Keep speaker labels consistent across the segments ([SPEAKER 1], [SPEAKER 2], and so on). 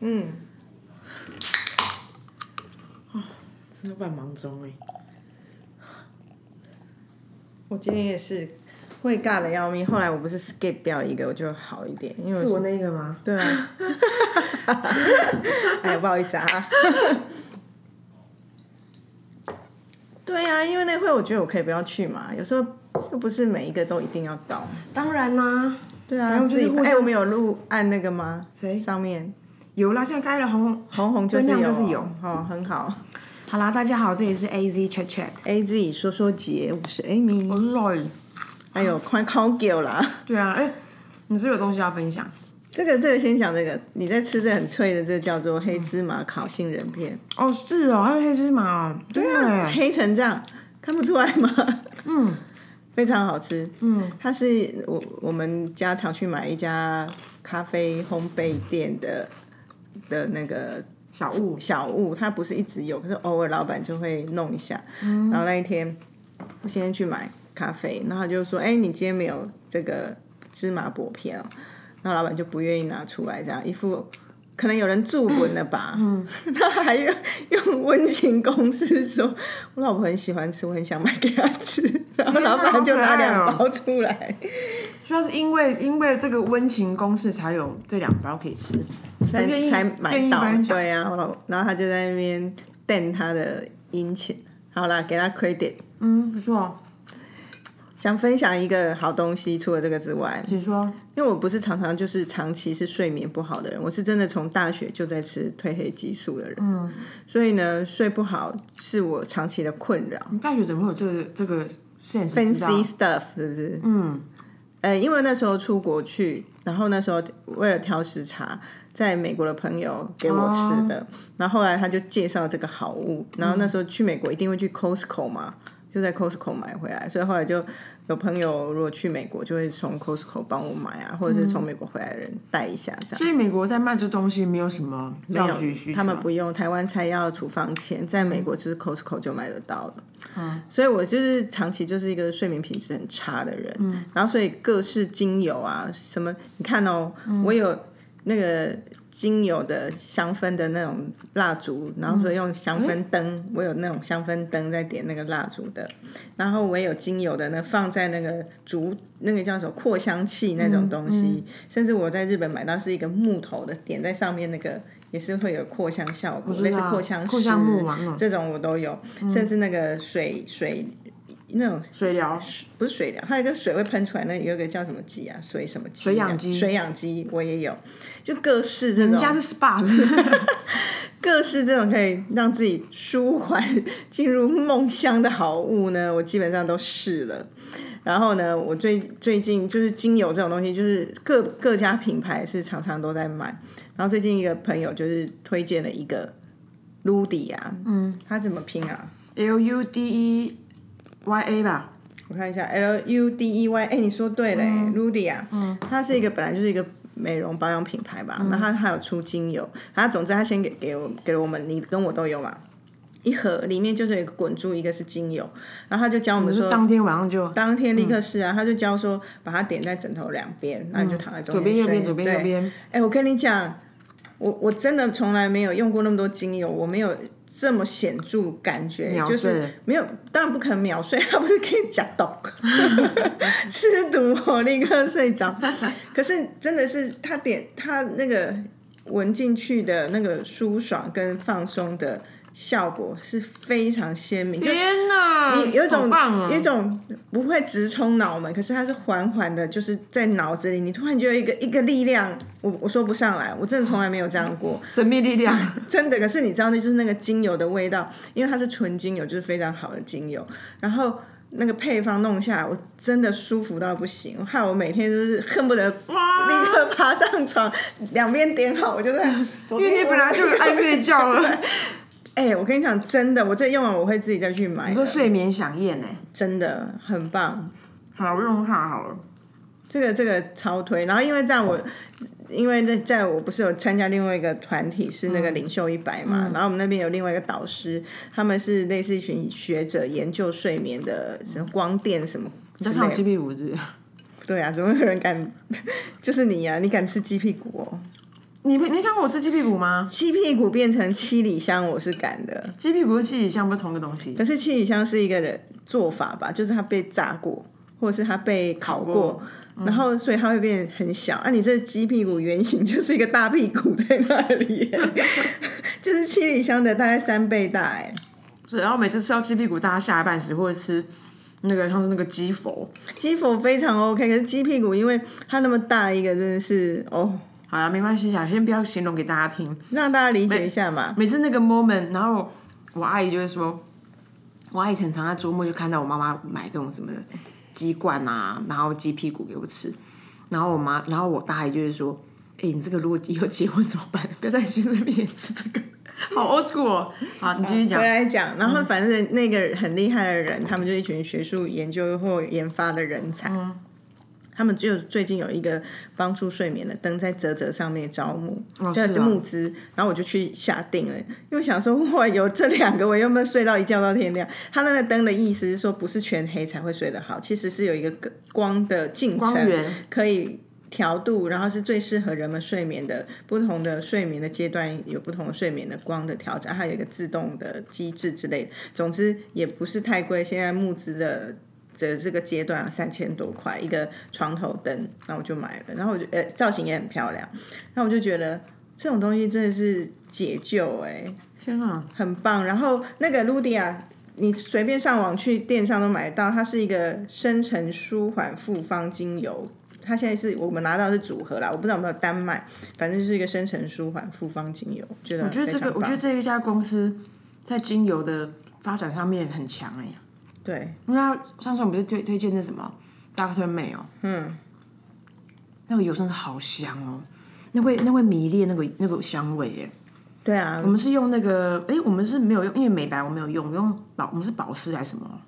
[SPEAKER 1] 嗯，
[SPEAKER 2] 真的万忙中哎，
[SPEAKER 1] 我今天也是会尬的要命。后来我不是 skip 掉一个，我就好一点，因为
[SPEAKER 2] 是我那个吗？
[SPEAKER 1] 对啊， 哎，不好意思啊。对啊，因为那会我觉得我可以不要去嘛，有时候又不是每一个都一定要到。
[SPEAKER 2] 当然啦，
[SPEAKER 1] 对
[SPEAKER 2] 反
[SPEAKER 1] 啊，
[SPEAKER 2] 正
[SPEAKER 1] 自
[SPEAKER 2] 就是
[SPEAKER 1] 己
[SPEAKER 2] 互
[SPEAKER 1] 哎、
[SPEAKER 2] 相
[SPEAKER 1] 我们有录按那个吗？
[SPEAKER 2] 谁
[SPEAKER 1] 上面
[SPEAKER 2] 有啦，像刚才的红红。
[SPEAKER 1] 红红就是
[SPEAKER 2] 对那
[SPEAKER 1] 有，
[SPEAKER 2] 样就是有
[SPEAKER 1] 哦，很好。
[SPEAKER 2] 好啦，大家好，这里是 A Z Chat Chat。
[SPEAKER 1] A Z 说说姐，我是 Amy，
[SPEAKER 2] 累。
[SPEAKER 1] 哎呦，快 call 啦！
[SPEAKER 2] 对啊，哎、你是不是有东西要分享
[SPEAKER 1] 这个这个先讲这个，你在吃这很脆的，这个叫做黑芝麻烤杏仁片，
[SPEAKER 2] 哦？是哦，还有黑芝麻哦。对啊，
[SPEAKER 1] 黑成这样，看不出来吗？
[SPEAKER 2] 嗯
[SPEAKER 1] 非常好吃，
[SPEAKER 2] 嗯，
[SPEAKER 1] 它是我我们家常去买一家咖啡烘焙店的的那个
[SPEAKER 2] 小物
[SPEAKER 1] 小物，它不是一直有，可是偶尔老板就会弄一下。
[SPEAKER 2] 嗯
[SPEAKER 1] 然后那一天，我先去买咖啡，然后他就说：“哎、你今天没有这个芝麻薄片哦。”然后老板就不愿意拿出来，这样一副可能有人注文了吧。嗯，他还用用温情公式说：“我老婆很喜欢吃，我很想买给她吃。”然后老板就拿两包出来，
[SPEAKER 2] 主要是因为因为这个温情公式才有这两包可以吃，才愿意
[SPEAKER 1] 才
[SPEAKER 2] 愿
[SPEAKER 1] 买
[SPEAKER 2] 意
[SPEAKER 1] 到
[SPEAKER 2] 分。享
[SPEAKER 1] 对呀、我老然后他就在那边瞪他的殷勤。好啦，给他 credit。
[SPEAKER 2] 嗯，不错，
[SPEAKER 1] 想分享一个好东西，除了这个之外，
[SPEAKER 2] 请说。
[SPEAKER 1] 因为我不是常常就是长期是睡眠不好的人，我是真的从大学就在吃褪黑激素的人，嗯，所以呢，睡不好是我长期的困扰。
[SPEAKER 2] 你大学怎么会有这个这个 sense？知道
[SPEAKER 1] fancy stuff 是不是？
[SPEAKER 2] 嗯，
[SPEAKER 1] 呃，因为那时候出国去，然后那时候为了挑时差，在美国的朋友给我吃的，
[SPEAKER 2] 哦
[SPEAKER 1] 然后后来他就介绍这个好物，然后那时候去美国一定会去 Costco 嘛，就在 Costco 买回来，所以后来就有朋友如果去美国就会从 Costco 帮我买啊，或者是
[SPEAKER 2] 嗯
[SPEAKER 1] 从美国回来的人带一下这样。
[SPEAKER 2] 所以美国在卖这东西没有什么
[SPEAKER 1] 没
[SPEAKER 2] 药局需求，
[SPEAKER 1] 有，他们不用台湾才要处方签，在美国就是 Costco 就买得到了。嗯，所以我就是长期就是一个睡眠品质很差的人。嗯，然后所以各式精油啊，什么你看哦，我有那个精油的香氛的那种蜡烛，然后所以用香氛灯，我有那种香氛灯在点那个蜡烛的，然后我也有精油的那放在那个竹那个叫什么扩香器那种东
[SPEAKER 2] 嗯
[SPEAKER 1] 西，甚至我在日本买到是一个木头的，点在上面那个也是会有扩香效果，
[SPEAKER 2] 知道
[SPEAKER 1] 类似扩香
[SPEAKER 2] 扩香木嗯嘛
[SPEAKER 1] 嘛，
[SPEAKER 2] 嗯
[SPEAKER 1] 这种我都有，甚至那个水水那种
[SPEAKER 2] 水疗
[SPEAKER 1] 不是水疗，还有一个水会喷出来，那有一个叫什么剂啊，水什么剂、啊？
[SPEAKER 2] 水氧机
[SPEAKER 1] 水氧机我也有，就各式这
[SPEAKER 2] 人
[SPEAKER 1] 种，
[SPEAKER 2] 家是 SPA 的，
[SPEAKER 1] 各式这种可以让自己舒缓、进入梦乡的好物呢，我基本上都试了。然后呢，我最最近就是精油这种东西，就是各各家品牌是常常都在卖。然后最近一个朋友就是推荐了一个 Ludi 啊，嗯，它怎么拼啊？
[SPEAKER 2] L U D E Y A 吧，
[SPEAKER 1] 我看一下，L U D E Y，哎、你说对了、
[SPEAKER 2] 嗯
[SPEAKER 1] 欸 l u d i 啊，它是一个本来就是一个美容保养品牌吧，
[SPEAKER 2] 嗯
[SPEAKER 1] 那、它还有出精油，它总之它先给给我给了我们，你跟我都有嘛，一盒里面就是有一个滚珠，一个是精油，然后他就教我们
[SPEAKER 2] 就
[SPEAKER 1] 说。
[SPEAKER 2] 当天晚上就
[SPEAKER 1] 当天立
[SPEAKER 2] 嗯
[SPEAKER 1] 刻试啊，他就教说把它点在枕头两边，那你就躺在中
[SPEAKER 2] 嗯左边右边
[SPEAKER 1] 睡
[SPEAKER 2] 左边
[SPEAKER 1] 对
[SPEAKER 2] 右边，
[SPEAKER 1] 哎、我跟你讲，我我真的从来没有用过那么多精油，我没有这么显著感觉，
[SPEAKER 2] 秒
[SPEAKER 1] 就
[SPEAKER 2] 睡
[SPEAKER 1] 是没有，当然不可能秒睡， 他不是可以假毒， 吃毒我立刻睡着。可是真的是他点他那个闻进去的那个舒爽跟放松的效果是非常鲜明，就
[SPEAKER 2] 天哪，
[SPEAKER 1] 你有一
[SPEAKER 2] 好
[SPEAKER 1] 种、
[SPEAKER 2] 棒啊
[SPEAKER 1] 有一种不会直冲脑门，可是它是缓缓的，就是在脑子里，你突然就有一个一个力量，我我说不上来，我真的从来没有这样 过，
[SPEAKER 2] 神秘力量，
[SPEAKER 1] 真的。可是你知道，那就是那个精油的味道，因为它是纯精油，就是非常好的精油，然后。那个配方弄下来，我真的舒服到不行，我害我每天就是恨不得立刻爬上床，两边点好，我 就在，因
[SPEAKER 2] 因为你本来就爱睡觉 了，
[SPEAKER 1] 哎、我跟你讲，真的，我这用完我会自己再去
[SPEAKER 2] 你
[SPEAKER 1] 买的
[SPEAKER 2] 说，睡眠响宴呢？
[SPEAKER 1] 真的很棒。
[SPEAKER 2] 好，我用它好了。
[SPEAKER 1] 这个这个超推，然后因为这样我，因为在在我不是有参加另外一个团体是那个领袖一百嘛，然后我们那边有另外一个导师，他们是类似一群学者研究睡眠的什么光电什么
[SPEAKER 2] 你
[SPEAKER 1] 之
[SPEAKER 2] 在看我
[SPEAKER 1] 类
[SPEAKER 2] 鸡
[SPEAKER 1] 的。
[SPEAKER 2] 屁股是不是？
[SPEAKER 1] 对啊，怎么会有人敢？就是你呀、啊，你敢吃鸡屁股哦？
[SPEAKER 2] 你没没看过我吃鸡屁股吗？
[SPEAKER 1] 鸡屁股变成七里香，我是敢的。
[SPEAKER 2] 鸡屁股跟鸡里香不是同个东西
[SPEAKER 1] 可。是七里香是一个人做法吧，就是它被炸过，或者是它被烤过，
[SPEAKER 2] 过
[SPEAKER 1] 然后所以它会变很小。啊，你这鸡屁股原型就是一个大屁股在那里 耶，就是七里香的大概三倍大哎。
[SPEAKER 2] 是，然后每次吃到鸡屁股，大家吓得半死，或者吃那个像是那个鸡佛。
[SPEAKER 1] 鸡佛非常 OK，可是鸡屁股因为它那么大一个，真的是哦，
[SPEAKER 2] 好啦，没关系啊，先不要形容给大家听。
[SPEAKER 1] 让大家理解一下嘛。
[SPEAKER 2] 每次那个 moment，然后我阿姨就会说，我阿姨常常在周末就看到我妈妈买这种什么鸡冠啊，然后鸡屁股给我吃，然后我妈，然后我大姨就会说，哎、你这个如果以后结婚怎么办？ 不要在先生面前吃这个， 好 old school 哦。好，你继续讲
[SPEAKER 1] 回。来讲，然后反正那个很厉害的人，他们就一群学术研究或研发的人才。
[SPEAKER 2] 嗯
[SPEAKER 1] 他们就最近有一个帮助睡眠的灯在泽泽上面招募，
[SPEAKER 2] 哦
[SPEAKER 1] 对
[SPEAKER 2] 是
[SPEAKER 1] 就
[SPEAKER 2] 啊
[SPEAKER 1] 募资，然后我就去下定了，因为想说我有这两个，我有没有睡到一觉到天亮？他那个灯的意思是说，不是全黑才会睡得好，其实是有一个光的进程
[SPEAKER 2] 光源
[SPEAKER 1] 可以调度，然后是最适合人们睡眠的。不同的睡眠的阶段有不同的睡眠的光的调整，还有一个自动的机制之类的。总之也不是太贵，现在募资的。的这个阶段三千多块一个床头灯，那我就买了，然后我就呃造型也很漂亮，那我就觉得这种东西真的是解救哎、
[SPEAKER 2] 天啊，
[SPEAKER 1] 很棒。然后那个 Ludia，你随便上网去电商都买得到，它是一个深层舒缓复方精油。它现在是我们拿到的是组合啦，我不知道有没有单卖，反正就是一个深层舒缓复方精油，觉得
[SPEAKER 2] 啊我觉得这
[SPEAKER 1] 非
[SPEAKER 2] 个，
[SPEAKER 1] 常
[SPEAKER 2] 我
[SPEAKER 1] 棒
[SPEAKER 2] 觉得这一家公司在精油的发展上面很强哎、
[SPEAKER 1] 对，
[SPEAKER 2] 因为他上次我们不是推推荐那什么 Doctor May 哦，嗯，那个油真是好香哦，那会那会迷恋那个那个香味耶。
[SPEAKER 1] 对啊
[SPEAKER 2] 我，们是用那个，哎，我们是没有用，因为美白我没有用，我用保我们是保湿还是什么，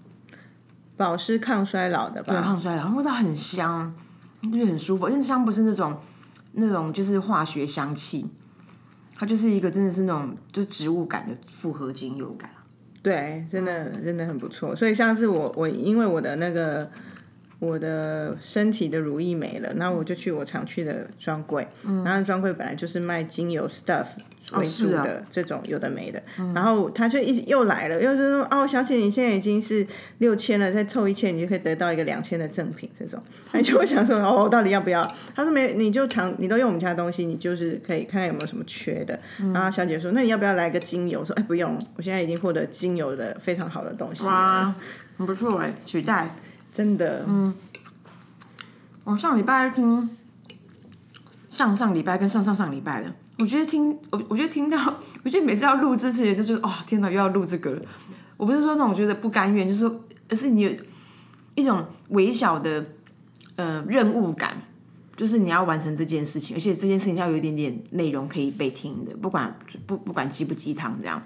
[SPEAKER 1] 保湿抗衰老的
[SPEAKER 2] 对，
[SPEAKER 1] 吧，
[SPEAKER 2] 抗衰老，然后味道很香，就很舒服，因为香不是那种那种就是化学香气，它就是一个真的是那种就植物感的复合精油感。
[SPEAKER 1] 对，真的
[SPEAKER 2] 嗯
[SPEAKER 1] 真的很不错。所以上次我我因为我的那个我的身体的乳液没了，然后我就去我常去的专柜，然后专柜本来就是卖精油 stuff 为主
[SPEAKER 2] 嗯是啊嗯
[SPEAKER 1] 的、这种有的没的，然后他就一直又来了，又是说哦，小姐你现在已经是六千了，再凑一千你就可以得到一个两千的赠品这种。他就会想说 哦，到底要不要？他说没，你就常你都用我们家的东西，你就是可以看看有没有什么缺的。然后小姐说那你要不要来个精油？我说哎不用，我现在已经获得精油的非常好的东西了，
[SPEAKER 2] 哇，嗯很不错哎，取代。
[SPEAKER 1] 真的。
[SPEAKER 2] 我哦上礼拜听上上礼拜跟上上上礼拜的，我觉得听我我觉得听到， 我觉得每次要录之前就是哦，天哪，又要录这个了。我不是说那种觉得不甘愿，就是说，而是你有一种微小的呃任务感，就是你要完成这件事情，而且这件事情要有一点点内容可以被听的，不管不不管鸡不鸡汤这样。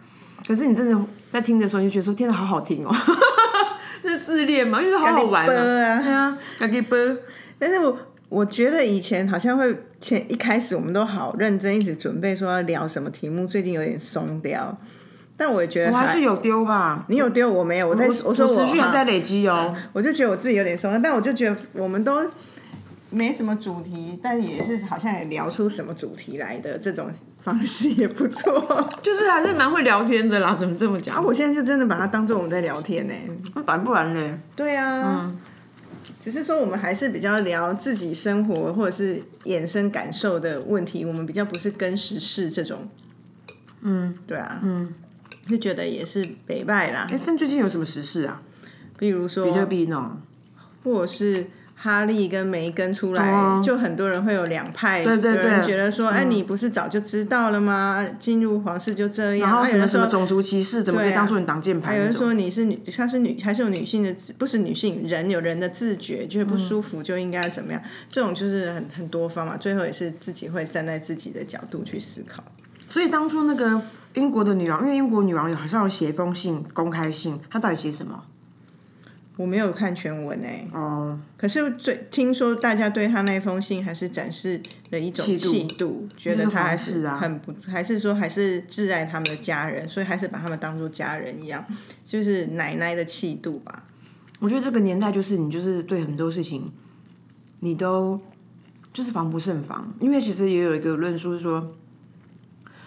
[SPEAKER 2] 可是你真的在听的时候，你就觉得说，天哪，好好听哦， 这是自恋嘛，因为好好玩
[SPEAKER 1] 自己播啊
[SPEAKER 2] 对啊，自己播
[SPEAKER 1] 但是我我觉得以前好像会前一开始我们都好认真，一直准备说要聊什么题目，最近有点松掉。但我也觉得
[SPEAKER 2] 我还是
[SPEAKER 1] 还
[SPEAKER 2] 有丢吧。
[SPEAKER 1] 你有丢我没有，我在我说我啊
[SPEAKER 2] 持续还
[SPEAKER 1] 哈
[SPEAKER 2] 在累积哦。
[SPEAKER 1] 我就觉得我自己有点松了，但我就觉得我们都没什么主题，但也是好像也聊出什么主题来的这种方式也不 错。
[SPEAKER 2] 就是还是蛮会聊天的啦，怎么这么讲
[SPEAKER 1] 啊，？我现在就真的把它当做我们在聊天呢、欸
[SPEAKER 2] 那反不然嘞，
[SPEAKER 1] 对啊，只是说我们还是比较聊自己生活或者是衍生感受的问题，我们比较不是跟时事这种。嗯，对啊，嗯，就觉得也是北拜啦
[SPEAKER 2] 哎、。这最近有什么时事啊？
[SPEAKER 1] 比如说
[SPEAKER 2] 比特币呢？
[SPEAKER 1] 或者是哈利跟梅根出来，
[SPEAKER 2] 哦
[SPEAKER 1] 就很多人会有两派，
[SPEAKER 2] 对对对嗯
[SPEAKER 1] 有人觉得说，哎、你不是早就知道了吗？进入皇室就这
[SPEAKER 2] 然
[SPEAKER 1] 样，
[SPEAKER 2] 后
[SPEAKER 1] 啊
[SPEAKER 2] 什
[SPEAKER 1] 有
[SPEAKER 2] 么
[SPEAKER 1] 人
[SPEAKER 2] 什么
[SPEAKER 1] 说。
[SPEAKER 2] 种族歧视，怎么可以当做你挡箭
[SPEAKER 1] 还
[SPEAKER 2] 牌
[SPEAKER 1] 有
[SPEAKER 2] 那
[SPEAKER 1] 人
[SPEAKER 2] 种？
[SPEAKER 1] 说你是女，她是女，还是有女性的自，不是女性人有人的自觉，觉得
[SPEAKER 2] 嗯
[SPEAKER 1] 不舒服就应该怎么样？这种就是很很多方嘛，最后也是自己会站在自己的角度去思考。
[SPEAKER 2] 所以当初那个英国的女王，因为英国女王有好像有写一封信，公开信，她到底写什么？
[SPEAKER 1] 我没有看全文哎、
[SPEAKER 2] 哦，
[SPEAKER 1] 可是最听说大家对他那封信还是展示了一种
[SPEAKER 2] 气度
[SPEAKER 1] 气度，觉得他还
[SPEAKER 2] 那
[SPEAKER 1] 是
[SPEAKER 2] 个皇室啊
[SPEAKER 1] 很不，还是说还是挚爱他们的家人，所以还是把他们当做家人一样，就是奶奶的气度吧。
[SPEAKER 2] 我觉得这个年代就是你就是对很多事情，你都就是防不胜防。因为其实也有一个论述说，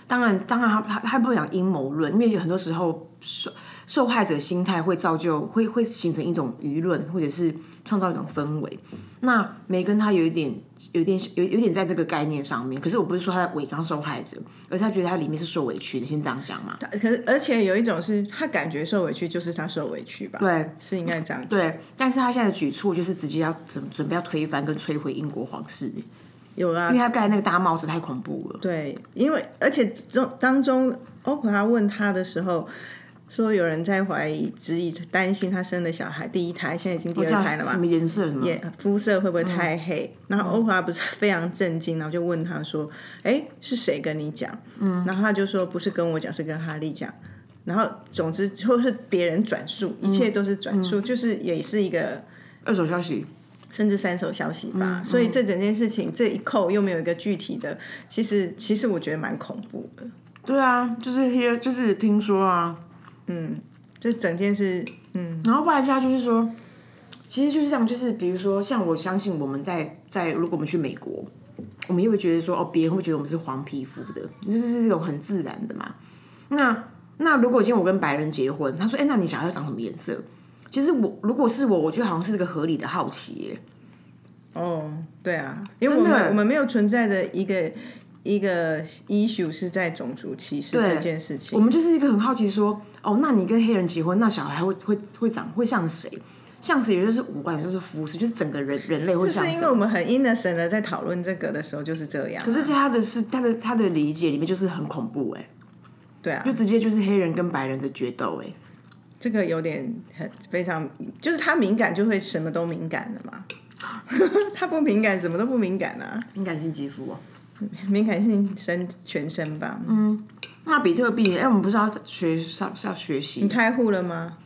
[SPEAKER 2] 当然，当然他他他不讲阴谋论，因为有很多时候受受害者心态会造就会会形成一种舆论，或者是创造一种氛围。那梅根他有一点有一点有有点在这个概念上面，可是我不是说他在伪装受害者，而是他觉得他里面是受委屈的，先这样讲嘛。
[SPEAKER 1] 可是而且有一种是他感觉受委屈，就是他受委屈吧？
[SPEAKER 2] 对，
[SPEAKER 1] 是应该这样讲。
[SPEAKER 2] 对，但是他现在的举措就是直接要准准备要推翻跟摧毁英国皇室，因
[SPEAKER 1] 有啊
[SPEAKER 2] 为，他盖那个大帽子太恐怖了。
[SPEAKER 1] 对，因为而且中当中欧普拉问他的时候。说有人在怀疑、质疑、担心他生的小孩第一胎，现在已经第
[SPEAKER 2] 我
[SPEAKER 1] 二
[SPEAKER 2] 叫
[SPEAKER 1] 胎了嘛
[SPEAKER 2] 什？么颜色什么？
[SPEAKER 1] 也肤色会不会太黑？
[SPEAKER 2] 嗯
[SPEAKER 1] 然后欧华不是非常震惊，然后就问他说：“哎、是谁跟你讲？”嗯，然后他就说：“不是跟我讲，是跟哈利讲。”然后总之就是别人转述，
[SPEAKER 2] 嗯
[SPEAKER 1] 一切都是转述，就是也是一个
[SPEAKER 2] 二手消息。
[SPEAKER 1] 甚至三手消息
[SPEAKER 2] 嗯
[SPEAKER 1] 吧。所以这整件事情这一扣又没有一个具体的，其实其实我觉得蛮恐怖的。
[SPEAKER 2] 对啊，就是 here，就是听说啊，
[SPEAKER 1] 这整件事
[SPEAKER 2] 然后外加就是说，其实就是这样，就是比如说，像我相信我们在在，如果我们去美国，我们也会觉得说，哦，别人会觉得我们是黄皮肤的，就是这种很自然的嘛。那那如果今天我跟白人结婚，他说，哎、那你小孩要长什么颜色？其实我如果是我，我觉得好像是一个合理的好奇耶。
[SPEAKER 1] 哦，对啊，因为我
[SPEAKER 2] 真的
[SPEAKER 1] 们我们没有存在的一个一个 issue 是在种族歧视这件事情
[SPEAKER 2] 我。们就是一个很好奇说，哦，那你跟黑人结婚，那小孩会会会长会像谁？像谁？也就是五官，也就是肤色，就是整个人人类会
[SPEAKER 1] 就
[SPEAKER 2] 像
[SPEAKER 1] 是
[SPEAKER 2] 谁？
[SPEAKER 1] 因为我们很 innocent 的在讨论这个的时候就是这样啊、
[SPEAKER 2] 可是在他的是他的他的理解里面就是很恐怖哎、
[SPEAKER 1] 对啊
[SPEAKER 2] 就，直接就是黑人跟白人的决斗哎、
[SPEAKER 1] 这个有点很非常，就是他敏感就会什么都敏感的嘛。 他不敏感，什么都不敏感啊，
[SPEAKER 2] 敏感性肌肤哦。
[SPEAKER 1] 敏感性身全身吧。嗯，
[SPEAKER 2] 那比特币哎、我们不是要学上是要学习
[SPEAKER 1] 你开户了吗？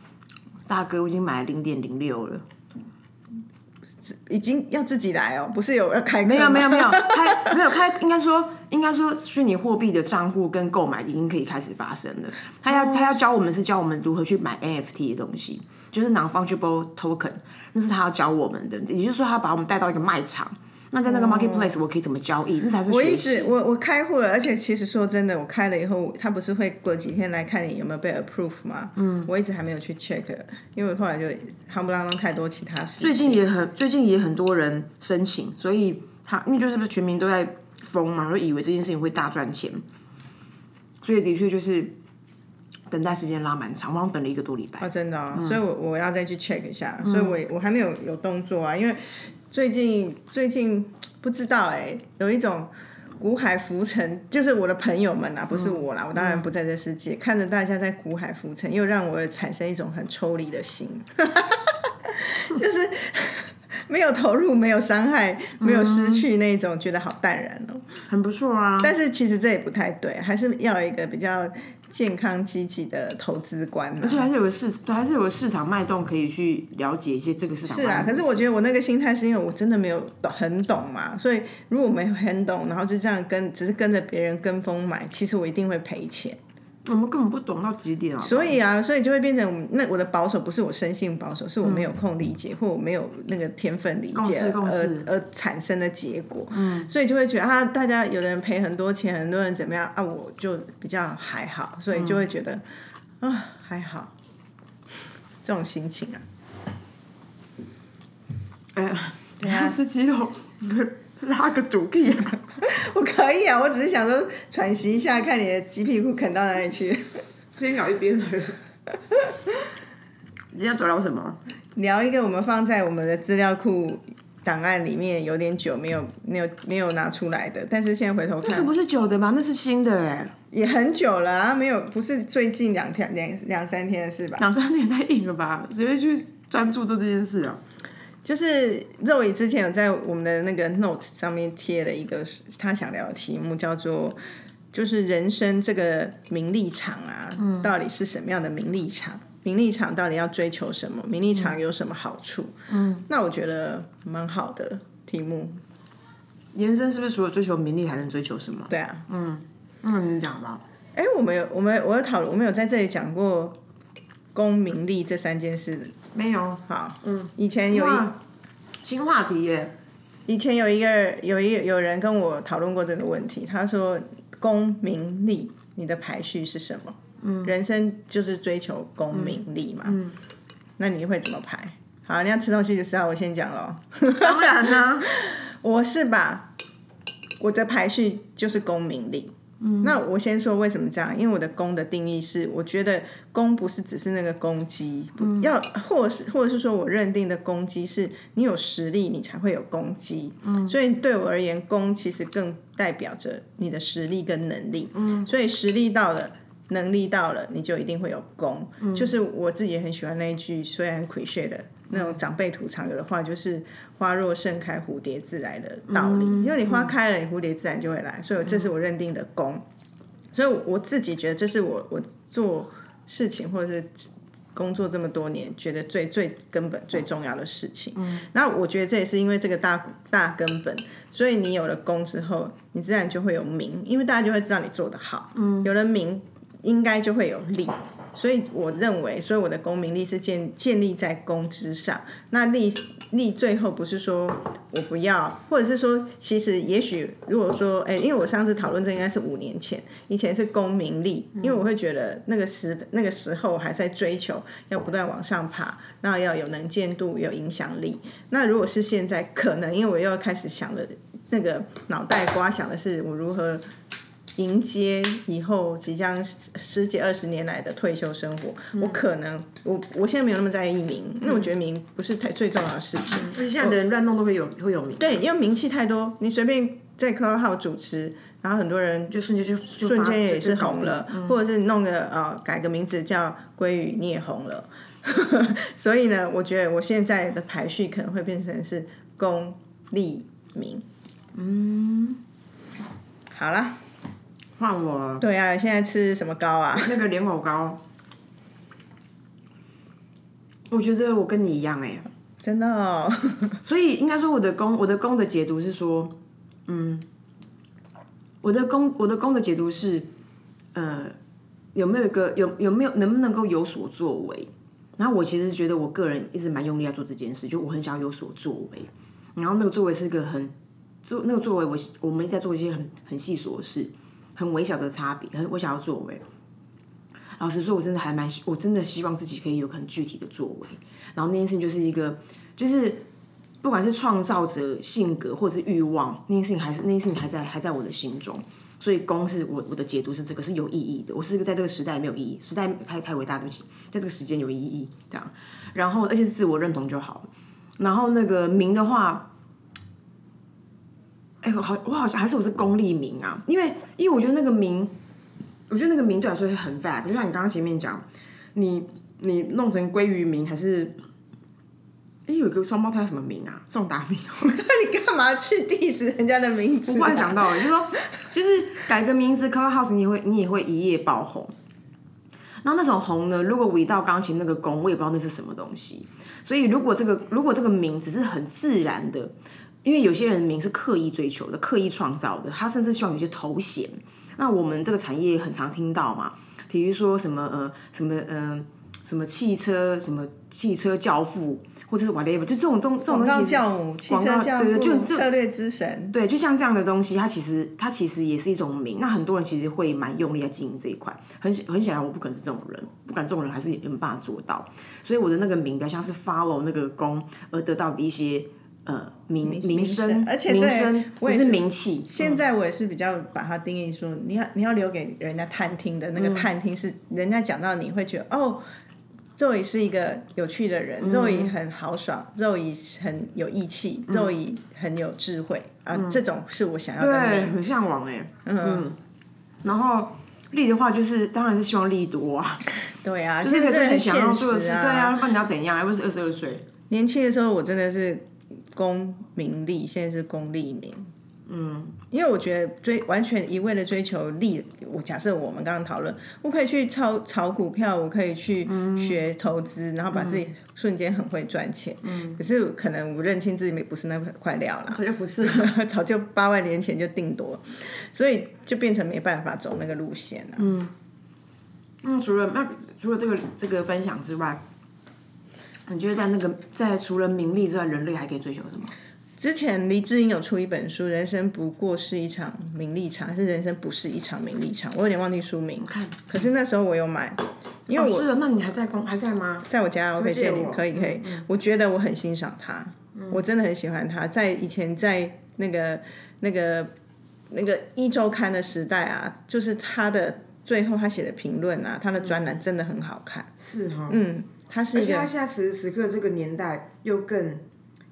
[SPEAKER 2] 大哥，我已经买了零点零六了。
[SPEAKER 1] 已经要自己来哦，不是有要开课吗
[SPEAKER 2] 没有没有没有，开没有开，应该说应该说虚拟货币的账户跟购买已经可以开始发生了。他
[SPEAKER 1] 哦
[SPEAKER 2] 要、他要教我们是教我们如何去买 NFT 的东西，就是 non fungible token，那是他要教我们的。也就是说，他把我们带到一个卖场，那在那个 marketplace 我可以怎么交易，那才是
[SPEAKER 1] 哦我
[SPEAKER 2] 学
[SPEAKER 1] 一直
[SPEAKER 2] 习。
[SPEAKER 1] 我我开户了，而且其实说真的，我开了以后，他不是会过几天来看你有没有被 approve 吗？嗯，我一直还没有去 check，因为我后来就夯不啷当太多其他事。
[SPEAKER 2] 最近也很最近也很多人申请，所以他因为就是不是全民都在疯嘛，就以为这件事情会大赚钱，所以的确就是等待时间拉蛮长，我好像等了一个多礼
[SPEAKER 1] 啊，
[SPEAKER 2] 拜。
[SPEAKER 1] 真的、哦，所以我我要再去 check 一下，
[SPEAKER 2] 嗯
[SPEAKER 1] 所以我我还没有有动作啊，因为最近最近不知道哎、有一种股海浮沉，就是我的朋友们啊，不
[SPEAKER 2] 嗯
[SPEAKER 1] 是我啦，我当然不在这世界，看着大家在股海浮沉，又让我产生一种很抽离的 心，就是没有投入，没有伤害，没有失
[SPEAKER 2] 嗯
[SPEAKER 1] 去那种，觉得好淡然哦。
[SPEAKER 2] 很不错啊，
[SPEAKER 1] 但是其实这也不太对，还是要有一个比较健康积极的投资观、啊，
[SPEAKER 2] 而且还是有个市，对，还是有个市场脉动可以去了解一些这个市场。
[SPEAKER 1] 是啊，可是我觉得我那个心态是因为我真的没有懂很懂嘛，所以如果我没有很懂，然后就这样跟只是跟着别人跟风买，其实我一定会赔钱。
[SPEAKER 2] 我们根本不懂到极点啊。
[SPEAKER 1] 所以啊，所以就会变成我那我的保守不是我生性保守，是我没有空理解、或我没有那个天分理
[SPEAKER 2] 嗯共
[SPEAKER 1] 解
[SPEAKER 2] 识共识
[SPEAKER 1] 而而产生的结果。嗯，所以就会觉得啊，大家有的人赔很多钱，很多人怎么样啊，我就比较还好，所以
[SPEAKER 2] 嗯
[SPEAKER 1] 就会觉得、啊还好，这种心情啊。
[SPEAKER 2] 哎，等下吃鸡肉， 拉个主 key 啊。
[SPEAKER 1] 我可以啊，我只是想说喘息一下，看你的鸡屁股啃到哪里去。
[SPEAKER 2] 先咬一边的。 你今天要聊什么？
[SPEAKER 1] 聊一个我们放在我们的资料库档案里面有点久没有没有没有拿出来的，但是现在回头
[SPEAKER 2] 那个
[SPEAKER 1] 看
[SPEAKER 2] 不是旧的吧？那是新的哎，
[SPEAKER 1] 也很久了啊，没有不是最近两天两两三天的事吧？
[SPEAKER 2] 两三年太硬了吧？谁会去专注做这件事啊？
[SPEAKER 1] 就是肉姨之前有在我们的那个 note 上面贴了一个他想聊的题目，叫做就是人生这个名利场啊，到底是什么样的名利场？名利场到底要追求什么？名利场有什么好处？嗯，那我觉得蛮好的题目，
[SPEAKER 2] 人生是不是除了追求名利还能追求什么？
[SPEAKER 1] 对啊，
[SPEAKER 2] 嗯，你讲吧。
[SPEAKER 1] 哎、我们有我们我有讨论，我们有在这里讲过功名利这三件事，
[SPEAKER 2] 没有，
[SPEAKER 1] 好，嗯，以前有一
[SPEAKER 2] 哇新话题耶。
[SPEAKER 1] 以前有一个有一有人跟我讨论过这个问题，他说功名利，你的排序是什么？嗯，人生就是追求功名利嘛。嗯，那你会怎么排？好，你要吃东西就知道，我先讲喽。
[SPEAKER 2] 当然 啦、
[SPEAKER 1] 我是把我的排序就是功名利。嗯，那我先说为什么这样，因为我的功的定义是，我觉得功不是只是那个攻击，不要或是或者是说我认定的攻击是你有实力，你才会有攻击。嗯，所以对我而言，功其实更代表着你的实力跟能力。嗯，所以实力到了。能力到了，你就一定会有功。就是我自己也很喜欢那一句，虽然很 c l i c h 的那种长辈吐槽有的话，就是“花若盛开，蝴蝶自来”的道理。因为你花开了，你蝴蝶自然就会来。所以这是我认定的功。所以我自己觉得，这是我我做事情或者是工作这么多年，觉得最最根本最重要的事情。嗯，那我觉得这也是因为这个大大根本，所以你有了功之后，你自然就会有名，因为大家就会知道你做得好。嗯，有了名，应该就会有利。所以我认为，所以我的功名利是建建立在功之上。那利利最后不是说我不要，或者是说，其实也许如果说，哎、因为我上次讨论这应该是五年前，以前是功名利，因为我会觉得那个时那个时候还在追求要不断往上爬，那要有能见度，有影响力。那如果是现在，可能因为我又要开始想的那个脑袋瓜想的是我如何迎接以后即将十十几二十年来的退休生活，
[SPEAKER 2] 嗯
[SPEAKER 1] 我可能我我现在没有那么在意名，因为我觉得名不是太最重要的事情。
[SPEAKER 2] 而且嗯现在的人乱弄都会有会有名，
[SPEAKER 1] 对，因为名气太多，你随便在 Clubhouse 主持，然后很多人
[SPEAKER 2] 就瞬间就就
[SPEAKER 1] 瞬
[SPEAKER 2] 发
[SPEAKER 1] 间也
[SPEAKER 2] 就是搞
[SPEAKER 1] 红
[SPEAKER 2] 定嗯
[SPEAKER 1] 了，或者是弄个呃改个名字叫鲑鱼，你也红了。 所以呢，我觉得我现在的排序可能会变成是功利名。嗯，好啦，
[SPEAKER 2] 换 我
[SPEAKER 1] 对啊，现在吃什么糕啊？
[SPEAKER 2] 那个莲藕糕，我觉得我跟你一样哎、
[SPEAKER 1] 真的哦，
[SPEAKER 2] 所以应该说我的功，我的功的解读是说，嗯，我的功，我的功的解读是，呃，有没有一个有有没有能不能够有所作为？然后我其实觉得我个人一直蛮用力要做这件事，就我很想要有所作为。然后那个作为是一个很做那个作为我，我们一直在做一些很很细琐的事，很微小的差别，很微小的作为。老实说，我真的还蛮希，我真的希望自己可以有很具体的作为。然后那件事情就是一个，就是不管是创造者性格或者是欲望，那件事情还是那件事情还在还在我的心中。所以公是我我的解读是这个是有意义的，我是一个在这个时代没有意义，时代太太伟大，对不起，在这个时间有意义这样。然后而且是自我认同就好了。然后那个名的话，哎、我好我好像还是我是功利名啊，因为因为我觉得那个名，我觉得那个名对我来说是很 vague，就像你刚刚前面讲，你你弄成鲑鱼名还是。哎、有一个双胞胎叫什么名啊？宋达明，
[SPEAKER 1] 你干嘛去 diss 人家的名字、啊
[SPEAKER 2] 我忽然想，到了，就是说，就是改个名字，Clubhouse 你也会你也会一夜爆红。那那种红呢？如果我一到钢琴那个弓，我也不知道那是什么东西。所以如果这个如果这个名只是很自然的，因为有些人的名是刻意追求的、刻意创造的，他甚至希望有些头衔。那我们这个产业很常听到嘛，比如说什么呃什么呃什么汽车什么汽车教父，或者是 whatever，就这种东这种
[SPEAKER 1] 广
[SPEAKER 2] 东西其
[SPEAKER 1] 告
[SPEAKER 2] 实
[SPEAKER 1] 教母、汽
[SPEAKER 2] 广
[SPEAKER 1] 车
[SPEAKER 2] 告
[SPEAKER 1] 教
[SPEAKER 2] 对
[SPEAKER 1] 父、
[SPEAKER 2] 对就就
[SPEAKER 1] 策略之神，
[SPEAKER 2] 对，就像这样的东西，它其实它其实也是一种名。那很多人其实会蛮用力在经营这一块，很显很显然我不可能是这种人，不管这种人还是有没办法做到。所以我的那个名比较像是 follow 那个功而得到的一些呃名名
[SPEAKER 1] 名
[SPEAKER 2] 声
[SPEAKER 1] 声，而且
[SPEAKER 2] 名
[SPEAKER 1] 对
[SPEAKER 2] 声
[SPEAKER 1] 我
[SPEAKER 2] 不
[SPEAKER 1] 也
[SPEAKER 2] 是
[SPEAKER 1] 是
[SPEAKER 2] 名气。
[SPEAKER 1] 现在我也是比较把它定义说，你要你要留给人家探听的那
[SPEAKER 2] 嗯
[SPEAKER 1] 个探听是，人家讲到你会觉得哦。肉姨是一个有趣的
[SPEAKER 2] 嗯
[SPEAKER 1] 人，肉姨很豪爽，肉姨很有义气，
[SPEAKER 2] 嗯
[SPEAKER 1] 肉姨很有智慧啊，这种是我想要的
[SPEAKER 2] 对，
[SPEAKER 1] 美。
[SPEAKER 2] 很向往哎、嗯然后利的话就是，当然是希望利多啊，
[SPEAKER 1] 对 啊，
[SPEAKER 2] 就是可以
[SPEAKER 1] 现
[SPEAKER 2] 自
[SPEAKER 1] 在
[SPEAKER 2] 己
[SPEAKER 1] 很
[SPEAKER 2] 想要
[SPEAKER 1] 现
[SPEAKER 2] 做的
[SPEAKER 1] 实
[SPEAKER 2] 事，对啊，不然你要怎样？又不是二十二岁，
[SPEAKER 1] 年轻的时候我真的是功名利，现在是功利名。嗯，因为我觉得追完全一味的追求利，我假设我们刚刚讨论，我可以去炒炒股票，我可以去学投资，然后把自己瞬间很会赚钱。嗯，可是可能我认清自己不是那块料啦，
[SPEAKER 2] 这就不是
[SPEAKER 1] 早就八万年前就定夺，所以就变成没办法走那个路线了。嗯，
[SPEAKER 2] 那除了那除了这个这个分享之外，你觉得在那个在除了名利之外，人类还可以追求什么？
[SPEAKER 1] 之前黎智英有出一本书，《人生不过是一场名利场》，还是人生不是一场名利场？我有点忘记书名。可是那时候我有买，因为
[SPEAKER 2] 哦
[SPEAKER 1] 我
[SPEAKER 2] 是啊，那你还在公还在吗？
[SPEAKER 1] 在我家，我可以借
[SPEAKER 2] 借
[SPEAKER 1] 你
[SPEAKER 2] 我，
[SPEAKER 1] 可以
[SPEAKER 2] 嗯
[SPEAKER 1] 可以。我觉得我很欣赏他，我真的很喜欢他。在以前在那个那个那个一周刊的时代啊，就是他的最后他写的评论啊，他的专栏真的很好看。
[SPEAKER 3] 是哈、
[SPEAKER 1] 嗯，他是
[SPEAKER 3] 而
[SPEAKER 1] 一
[SPEAKER 3] 且他
[SPEAKER 1] 个
[SPEAKER 3] 现在此时此刻这个年代又更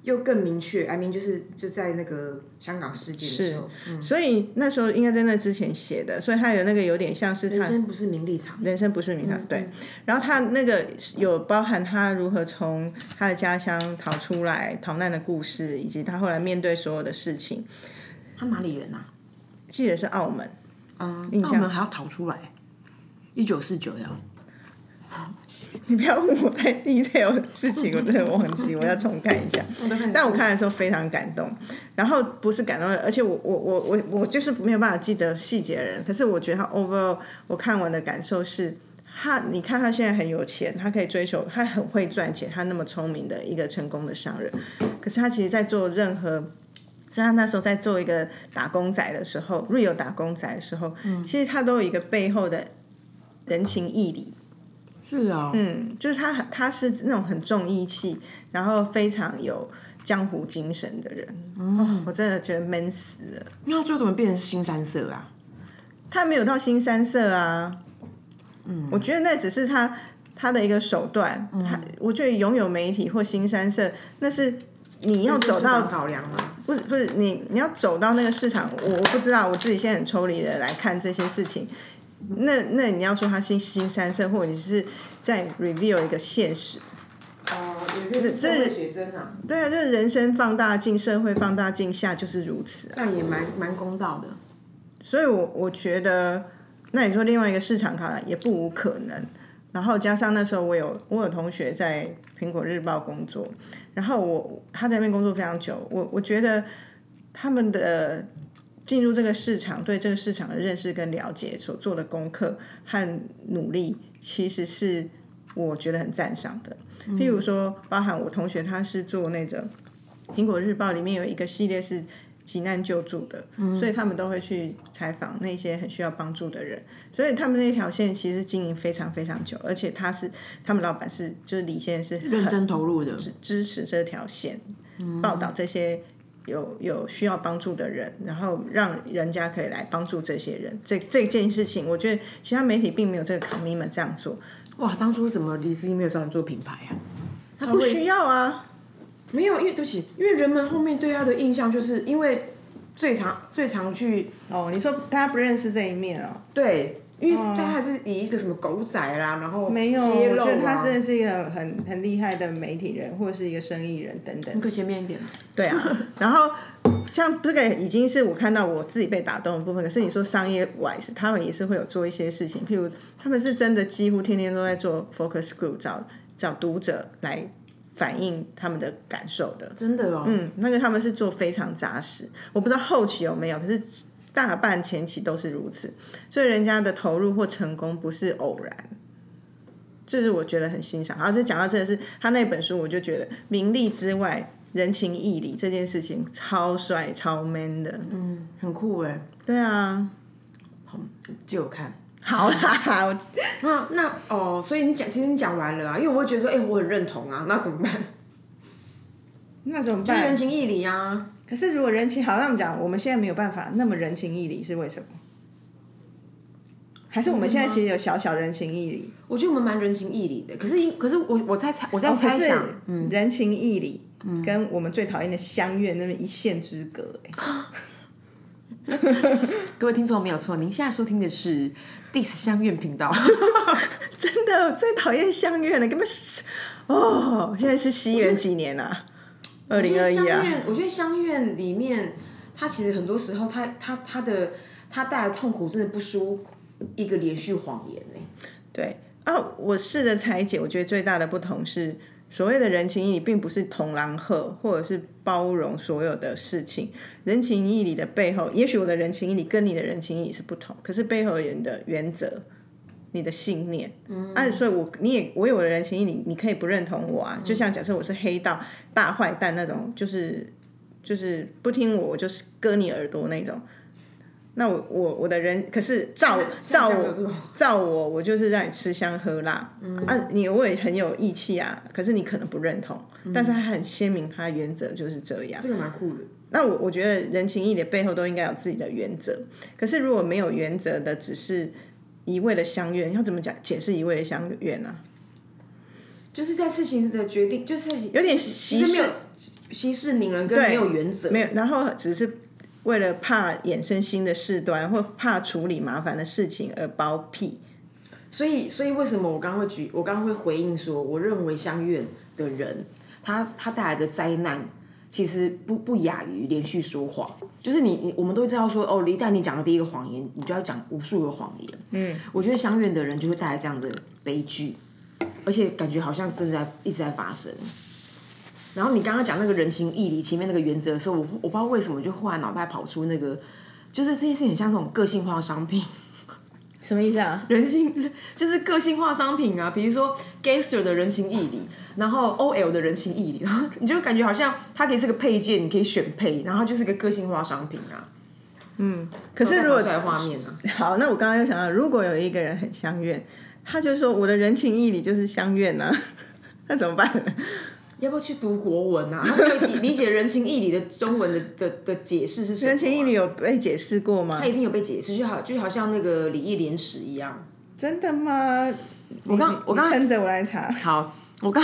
[SPEAKER 3] 又更明确，I mean 就是就在那个香港事件的时候，
[SPEAKER 2] 嗯
[SPEAKER 1] 所以那时候应该在那之前写的，所以他有那个有点像是
[SPEAKER 3] 人
[SPEAKER 1] 他
[SPEAKER 3] 生不是名利场，
[SPEAKER 1] 人生不是名堂，对。然后他那个有包含他如何从他的家乡逃出来、逃难的故事，以及他后来面对所有的事情。
[SPEAKER 2] 他哪里人啊？
[SPEAKER 1] 记得是澳门，
[SPEAKER 2] 嗯，
[SPEAKER 1] 印
[SPEAKER 2] 那
[SPEAKER 1] 象
[SPEAKER 2] 我们还要逃出来，一九四九呀。
[SPEAKER 1] 你不要问我太 detail 的事情，我真的忘记，我要重看一下。但我看的时候非常感动，然后不是感动，而且我我我我我就是没有办法记得细节的人，可是我觉得他 overall 我看完的感受是。他，你看他现在很有钱，他可以追求，他很会赚钱，他那么聪明的一个成功的商人，可是他其实在做任何，在他那时候在做一个打工仔的时候，real 打工仔的时候，其实他都有一个背后的人情义理，
[SPEAKER 2] 是啊，
[SPEAKER 1] 嗯，就是他很他是那种很重义气，然后非常有江湖精神的人。哦，我真的觉得闷死了。
[SPEAKER 2] 那他最后怎么变成新三色啊？
[SPEAKER 1] 他没有到新三色啊，嗯，我觉得那只是他他的一个手段。他我觉得拥有媒体或新三色，那是你要走
[SPEAKER 3] 市
[SPEAKER 2] 嗯
[SPEAKER 1] 到
[SPEAKER 3] 场考量嘛，
[SPEAKER 1] 不是不是你你要走到那个市场，我我不知道，我自己现在很抽离的来看这些事情。那那你要说他新新三色，或者你是在 reveal 一个现实，
[SPEAKER 3] 哦，有一个是社会写真啊，
[SPEAKER 1] 对啊，这人生放大镜、社会放大镜下就是如此啊、
[SPEAKER 2] 这样也蛮蛮公道的。
[SPEAKER 1] 所以我我觉得，那你说另外一个市场考量也不无可能。然后加上那时候我有我有同学在苹果日报工作，然后我他在那边工作非常久，我我觉得他们的进入这个市场，对这个市场的认识跟了解，所做的功课和努力，其实是我觉得很赞赏的。譬如说，包含我同学他是做那个苹果日报里面有一个系列是急难救助的，所以他们都会去采访那些很需要帮助的人。所以他们那条线其实经营非常非常久，而且他是他们老板是就是李先生是
[SPEAKER 2] 认
[SPEAKER 1] 很
[SPEAKER 2] 真投入的，
[SPEAKER 1] 支持这条线，报道这些有有需要帮助的人，然后让人家可以来帮助这些人。这这件事情，我觉得其他媒体并没有这个 commitment 这样做，
[SPEAKER 2] 哇！当初怎么李志英没有找你做品牌啊？
[SPEAKER 1] 他不需要啊。
[SPEAKER 3] 没有，因为对不起，因为人们后面对他的印象就是因为最常最常去
[SPEAKER 1] 哦，你说大家不认识这一面哦？
[SPEAKER 3] 对，因为他还是以一个什么狗仔啦，然后
[SPEAKER 1] 没有，
[SPEAKER 3] 揭
[SPEAKER 1] 我
[SPEAKER 3] 露
[SPEAKER 1] 觉
[SPEAKER 3] 啊
[SPEAKER 1] 得他真的是一个很很厉害的媒体人，或者是一个生意人等等。
[SPEAKER 2] 以前面一点。
[SPEAKER 1] 对啊，然后像这个已经是我看到我自己被打动的部分。可是你说商业 wise，他们也是会有做一些事情，譬如他们是真的几乎天天都在做 focus group，找找读者来反映他们的感受的。
[SPEAKER 2] 真的哦，
[SPEAKER 1] 嗯，那个他们是做非常扎实，我不知道后期有没有，可是大半前期都是如此，所以人家的投入或成功不是偶然。这是我觉得很欣赏，然后就讲到这个是他那本书，我就觉得名利之外，人情义理这件事情超帅超 man 的。
[SPEAKER 2] 嗯，很酷哎，
[SPEAKER 1] 对啊，
[SPEAKER 3] 就有看。
[SPEAKER 1] 好啦，我
[SPEAKER 3] 那那哦，所以你讲，其实你讲完了啊，因为我会觉得说，哎、我很认同啊，那怎么办？
[SPEAKER 1] 那怎么
[SPEAKER 3] 就是人
[SPEAKER 1] 办？
[SPEAKER 3] 情义理啊，
[SPEAKER 1] 可是如果人情好，那我们讲我们现在没有办法那么人情义理是为什么？还是我们现在其实有小小人情义理？
[SPEAKER 3] 我觉得我们蛮人情义理的。可是因，可是我我在猜，我在
[SPEAKER 1] 哦可
[SPEAKER 3] 猜
[SPEAKER 1] 是
[SPEAKER 3] 想，
[SPEAKER 1] 人情义理，跟我们最讨厌的相怨那么一线之隔、欸。
[SPEAKER 2] 各位听众没有错，您现在收听的是 Dis 相怨频道，
[SPEAKER 1] 真的最讨厌相怨了，根本是哦，现在是西元几年啊？二
[SPEAKER 3] 我觉
[SPEAKER 1] 零
[SPEAKER 3] 得
[SPEAKER 1] 二
[SPEAKER 3] 相
[SPEAKER 1] 一啊，
[SPEAKER 3] 怨，我觉得相怨里面，它其实很多时候它，它它的它带来的痛苦真的不输一个连续谎言欸呢、
[SPEAKER 1] 对啊，我试着拆解，我觉得最大的不同是。所谓的人情义理，并不是同狼喝，或者是包容所有的事情。人情义理的背后，也许我的人情义理跟你的人情义理是不同，可是背后有你的原则、你的信念。嗯，啊，所以我你也我有我的人情义理，你可以不认同我啊。就像假设我是黑道大坏蛋那种，就是就是不听我，我就是割你耳朵那种。那我我我的人可是照照
[SPEAKER 2] 像有这
[SPEAKER 1] 我
[SPEAKER 2] 种
[SPEAKER 1] 照我，我就是让你吃香喝辣。啊，你我也很有义气啊，可是你可能不认同，但是他很鲜明，他的原则就是这样。
[SPEAKER 2] 这个蛮酷的。
[SPEAKER 1] 那我我觉得人情义的背后都应该有自己的原则。可是如果没有原则的，只是一味的相怨，要怎么讲解释一味的相怨啊呢、
[SPEAKER 2] 就是在事情的决定，就是
[SPEAKER 1] 有呃点
[SPEAKER 2] 其实
[SPEAKER 1] 息事
[SPEAKER 2] 没有息事宁人，跟没有原则，
[SPEAKER 1] 没有，然后只是为了怕衍生新的事端，或怕处理麻烦的事情而包庇。
[SPEAKER 2] 所以，所以为什么我刚刚会举，我刚刚会回应说，我认为相怨的人，他他带来的灾难，其实不不亚于连续说谎。就是你，你我们都会知道说，哦，一旦你讲了第一个谎言，你就要讲无数个谎言。嗯，我觉得相怨的人就会带来这样的悲剧，而且感觉好像正在一直在发生。然后你刚刚讲那个人情义理前面那个原则的时候，我我不知道为什么就忽然脑袋跑出那个，就是这件事情很像这种个性化商品。
[SPEAKER 1] 什么意思啊？
[SPEAKER 2] 人性就是个性化商品啊，比如说 gangster 的人情义理，然后 OL 的人情义理，然 后你就感觉好像它可以是个配件，你可以选配，然后它就是个个性化商品啊。
[SPEAKER 1] 可是如果
[SPEAKER 2] 再跑出来画面啊，
[SPEAKER 1] 好，那我刚刚又想到，如果有一个人很相怨，他就说我的人情义理就是相怨呢、那怎么办呢？
[SPEAKER 4] 啊
[SPEAKER 2] 要不要去读国文啊？ 他可以理理解人情义理的中文的的的解释是什么、啊
[SPEAKER 1] 人情义理，有被解释过吗
[SPEAKER 2] 他？一定有被解释，就好就好像那个礼义廉耻一样。
[SPEAKER 1] 真的吗？
[SPEAKER 4] 我
[SPEAKER 1] 你
[SPEAKER 4] 刚我刚
[SPEAKER 1] 你撑着我来查。
[SPEAKER 2] 好，我刚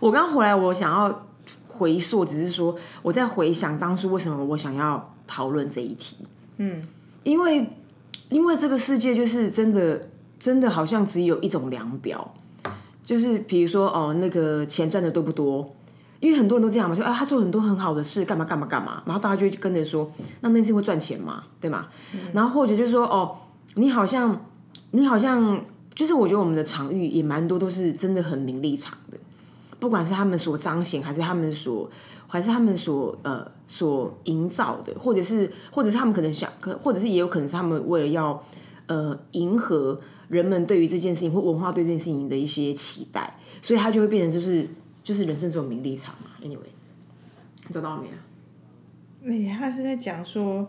[SPEAKER 2] 我刚回来，我想要回溯，只是说我在回想当初为什么我想要讨论这一题。嗯，因为因为这个世界就是真的真的好像只有一种量表，就是比如说哦，那个钱赚的多不多。因为很多人都这样嘛，说啊，他做很多很好的事，干嘛干嘛干嘛，然后大家就会跟着说，那那件事会赚钱嘛，对吗？然后或者就是说，哦，你好像，你好像就是我觉得我们的场域也蛮多都是真的很名利场的，不管是他们所彰显，还是他们所，还是他们所呃所营造的，或者是或者是他们可能想，可或者是也有可能是他们为了要呃迎合人们对于这件事情或文化对这件事情的一些期待，所以它就会变成就是就是人生这种名利场啊。Anyway，你找到了没啊？
[SPEAKER 1] 你他是在讲说，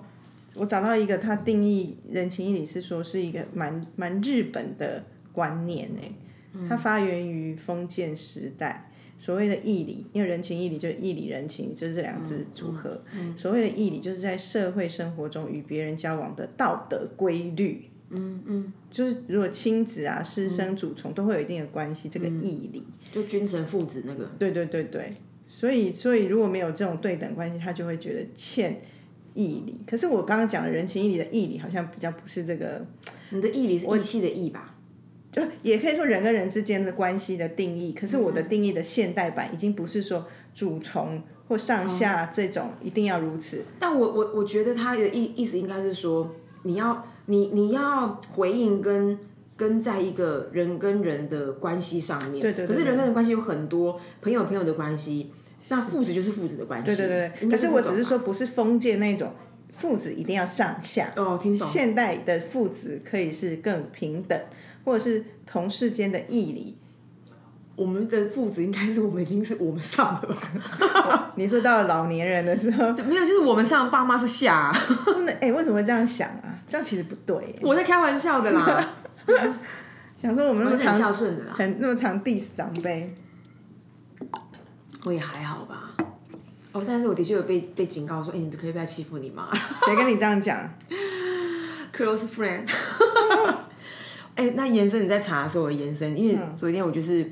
[SPEAKER 1] 我找到一个他定义人情义理是说是一个蛮蛮日本的观念呢，它发源于封建时代。所谓的义理，因为人情义理就是义理人情，就是这两字组合。所谓的义理，就是在社会生活中与别人交往的道德规律。嗯嗯，就是如果亲子啊、师生、主从都会有一定的关系，这个义理。
[SPEAKER 2] 就君臣父子那个
[SPEAKER 1] 对对对对，所以所以如果没有这种对等关系，他就会觉得欠义理。可是我刚刚讲的人情义理的义理，好像比较不是这个，
[SPEAKER 2] 你的义理是义气的义吧？
[SPEAKER 1] 就也可以说人跟人之间的关系的定义。可是我的
[SPEAKER 2] 嗯
[SPEAKER 1] 定义的现代版，已经不是说主从或
[SPEAKER 2] 哦
[SPEAKER 1] 上下这种一定要如此。
[SPEAKER 2] 但我我我觉得他的意意思应该是说，你要你你要回应跟跟在一个人跟人的关系上面，
[SPEAKER 1] 对对对
[SPEAKER 2] 可是人跟人的关系有很多，朋友朋友的关系，那父子就是父子的关系。
[SPEAKER 1] 对对对对，
[SPEAKER 2] 应
[SPEAKER 1] 可
[SPEAKER 2] 该
[SPEAKER 1] 是
[SPEAKER 2] 是
[SPEAKER 1] 我
[SPEAKER 2] 这种
[SPEAKER 1] 只是
[SPEAKER 2] 吧
[SPEAKER 1] 说，不是封建那种父子一定要上下。
[SPEAKER 2] 哦，听懂。
[SPEAKER 1] 现代的父子可以是更平等，或者是同事间的义 理。
[SPEAKER 2] 我们的父子应该是我们已经是我们上了 吧？
[SPEAKER 1] 你说到了老年人的时候，
[SPEAKER 2] 对没有，就是我们上，爸妈是下啊、
[SPEAKER 1] 真的，哎、为什么会这样想啊？这样其实不对耶、
[SPEAKER 2] 我在开玩笑的啦，
[SPEAKER 1] 想 说我们
[SPEAKER 2] 我
[SPEAKER 1] 那
[SPEAKER 2] 还
[SPEAKER 1] 么
[SPEAKER 2] 是很孝
[SPEAKER 1] 长
[SPEAKER 2] 顺的啦，
[SPEAKER 1] 很那么长 diss 长辈，
[SPEAKER 2] 我也还好吧。哦，但是我的确有被被警告说，哎、你可以不要欺负你妈。
[SPEAKER 1] 谁跟你这样讲？
[SPEAKER 2] close friend 。哎、那延伸你在查的时候，我延伸，因为
[SPEAKER 1] 嗯
[SPEAKER 2] 昨天我就是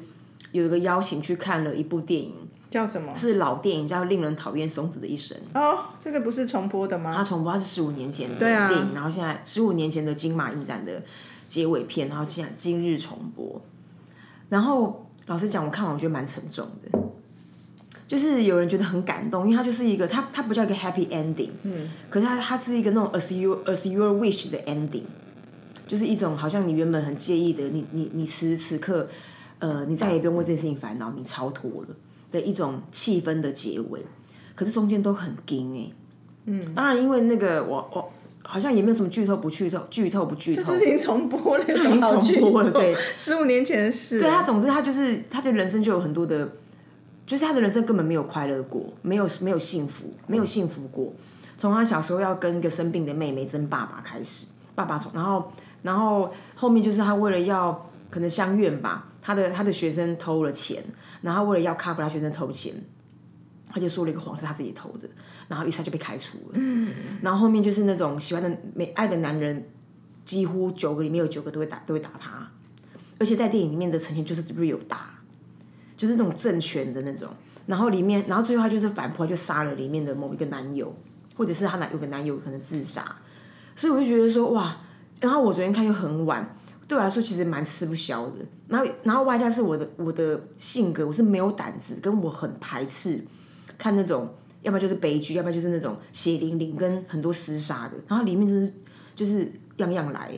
[SPEAKER 2] 有一个邀请去看了一部电影，
[SPEAKER 1] 叫什么？
[SPEAKER 2] 是老电影，叫《令人讨厌松子的一生》。
[SPEAKER 1] 哦，这个不是重播的
[SPEAKER 2] 它
[SPEAKER 1] 吗？
[SPEAKER 2] 重播，它是十五年前的
[SPEAKER 1] 对啊
[SPEAKER 2] 电影，然后现在十五年前的金马影展的结尾片，然后现在今日重播。然后老实讲，我看完我觉得蛮沉重的，就是有人觉得很感动，因为它就是一个它它不叫一个 happy ending，嗯，可是它它是一个那种 as you as your wish 的 ending，就是一种好像你原本很介意的，你你你此时此刻，呃，你再也不用为这件事情烦恼，你超脱了的一种气氛的结尾。可是中间都很惊哎、
[SPEAKER 1] 嗯
[SPEAKER 2] 当然，因为那个我我好像也没有什么剧透不剧透，剧透不剧
[SPEAKER 1] 这
[SPEAKER 2] 透
[SPEAKER 1] 就，是已经 重播了，啊
[SPEAKER 2] 已经重播了对
[SPEAKER 1] 十五年前的事。
[SPEAKER 2] 对他，总之他就是他的人生就有很多的就是他的人生根本没有快乐过，没有没有幸福，没有幸福过。从他小时候要跟一个生病的妹妹争爸爸开始，爸爸从然后然后后面就是他为了要可能相怨吧，他的他的学生偷了钱，然后他为了要 cover 他学生偷钱，他就说了一个谎是他自己偷的，然后于是他就被开除了。然后后面就是那种喜欢的没爱的男人，几乎九个里面有九个都会打都会打他，而且在电影里面的呈现就是 real 打，就是那种政权的那种。然后里面，然后最后他就是反扑，他就杀了里面的某一个男友，或者是他男有个男友可能自杀，所以我就觉得说哇，然后我昨天看又很晚，对我来说其实蛮吃不消的。然后然后外加是我的我的性格，我是没有胆子，跟我很排斥看那种，要么就是悲剧，要么就是那种血淋淋跟很多厮杀的，然后里面就是就是样样来。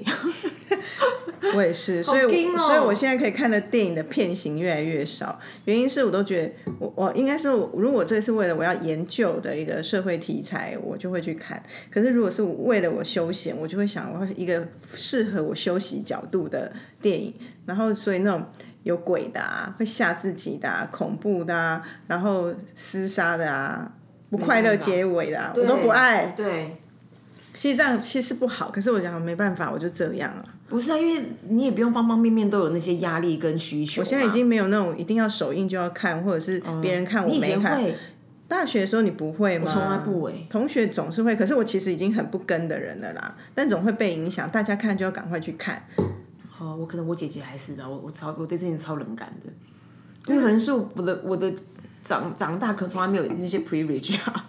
[SPEAKER 1] 我也是，所以我、
[SPEAKER 5] 硬哦
[SPEAKER 1] 所以我现在可以看的电影的片型越来越少，原因是我都觉得我我应该是我如果这是为了我要研究的一个社会题材，我就会去看。可是如果是为了我休闲，我就会想我要一个适合我休息角度的电影，然后所以那种。有鬼的啊，会吓自己的、啊，恐怖的啊，然后厮杀的啊，不快
[SPEAKER 2] 没
[SPEAKER 1] 乐
[SPEAKER 2] 办法
[SPEAKER 1] 结尾的、啊，我都不爱。
[SPEAKER 2] 对，
[SPEAKER 1] 其实这样其实不好，可是我想没办法，我就这样啊。
[SPEAKER 2] 不是啊，因为你也不用方方面面都有那些压力跟需求嘛。我
[SPEAKER 1] 现在已经没有那种一定要首映就要看，或者是别人看我
[SPEAKER 2] 嗯你以
[SPEAKER 1] 没
[SPEAKER 2] 前
[SPEAKER 1] 看。
[SPEAKER 2] 会，
[SPEAKER 1] 大学的时候你不会吗？
[SPEAKER 2] 从来不哎、
[SPEAKER 1] 同学总是会，可是我其实已经很不跟的人了啦，但总会被影响。大家看就要赶快去看，
[SPEAKER 2] 哦，我可能我姐姐还是吧，我我超我对这件事超冷感的，因为可能是我的我的长长大可从来没有那些 privilege 啊，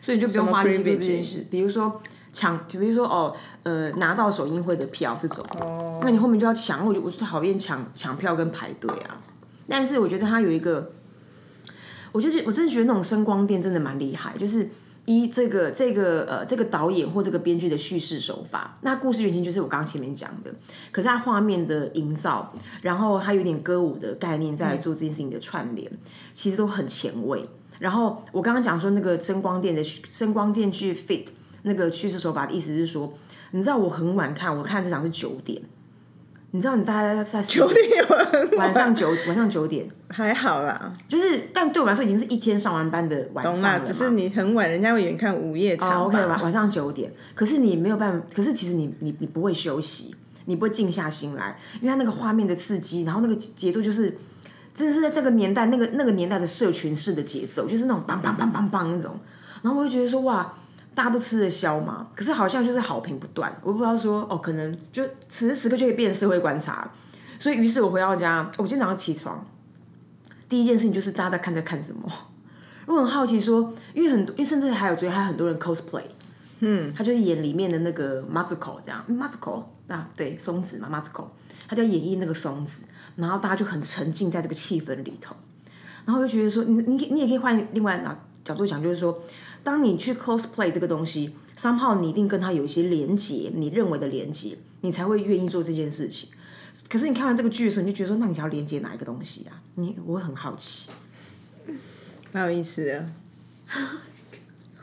[SPEAKER 2] 所以你就不用
[SPEAKER 1] 什么
[SPEAKER 2] 花力气做
[SPEAKER 1] privilege？
[SPEAKER 2] 这件事。比如说抢，比如说哦呃拿到首映会的票这种，
[SPEAKER 1] 哦
[SPEAKER 2] 那你后面就要抢，我就我就讨厌抢抢票跟排队啊。但是我觉得他有一个，我就是我真的觉得那种声光电真的蛮厉害，就是。一这个这个呃这个导演或这个编剧的叙事手法，那故事原型就是我刚刚前面讲的，可是它画面的营造，
[SPEAKER 1] 嗯
[SPEAKER 2] 然后它有点歌舞的概念在做这件事情的串联，其实都很前卫。然后我刚刚讲说那个声光电的叙声光电去 fit 那个叙事手法的意思是说，你知道我很晚看，我看这场是九点，你知道你大概在九点晚上九晚上九点，
[SPEAKER 1] 还好啦，
[SPEAKER 2] 就是但对我来说已经是一天上完班的晚
[SPEAKER 1] 懂
[SPEAKER 2] 上了嘛
[SPEAKER 1] 啦。只是你很晚，人家会远看午夜
[SPEAKER 2] 哦
[SPEAKER 1] 场吧。
[SPEAKER 2] OK，晚晚上九点，可是你没有办法，可是其实你你你不会休息，你不会静下心来，因为它那个画面的刺激，然后那个节奏就是，真的是在这个年代那个那个年代的社群式的节奏，就是那种梆梆梆梆梆那种，然后我就觉得说哇。大家都吃得消嘛，可是好像就是好评不断，我不知道说哦，可能就此时此刻就可以变成社会观察了，所以于是我回到家，我今天早上起床，第一件事情就是大家在看在看什么，我很好奇说，因为很多，因为甚至还有觉得还有很多人 cosplay，嗯，他就是演里面的那个 Mazuko 这样嗯，Mazuko 啊，对，松子嘛，Mazuko，他就演绎那个松子，然后大家就很沉浸在这个气氛里头，然后我就觉得说，你你你也可以换另外哪角度讲，就是说，当你去 cosplay 这个东西，somehow 你一定跟他有一些连结，你认为的连结，你才会愿意做这件事情。可是你看完这个剧的时候，你就觉得说，那你想要连接哪一个东西啊？你我会很好奇。
[SPEAKER 1] 蛮有意思的，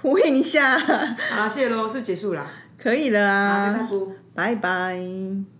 [SPEAKER 1] 呼应一下，
[SPEAKER 2] 好啦，谢喽，是不是结束啦？
[SPEAKER 1] 可以了
[SPEAKER 2] 拜
[SPEAKER 1] 啊，
[SPEAKER 2] 拜。
[SPEAKER 1] 拜拜。